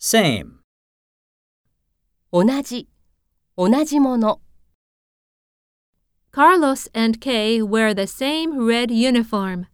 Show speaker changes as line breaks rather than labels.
Same.
同じ、同じもの。
Carlos and Kay wear the same red uniform.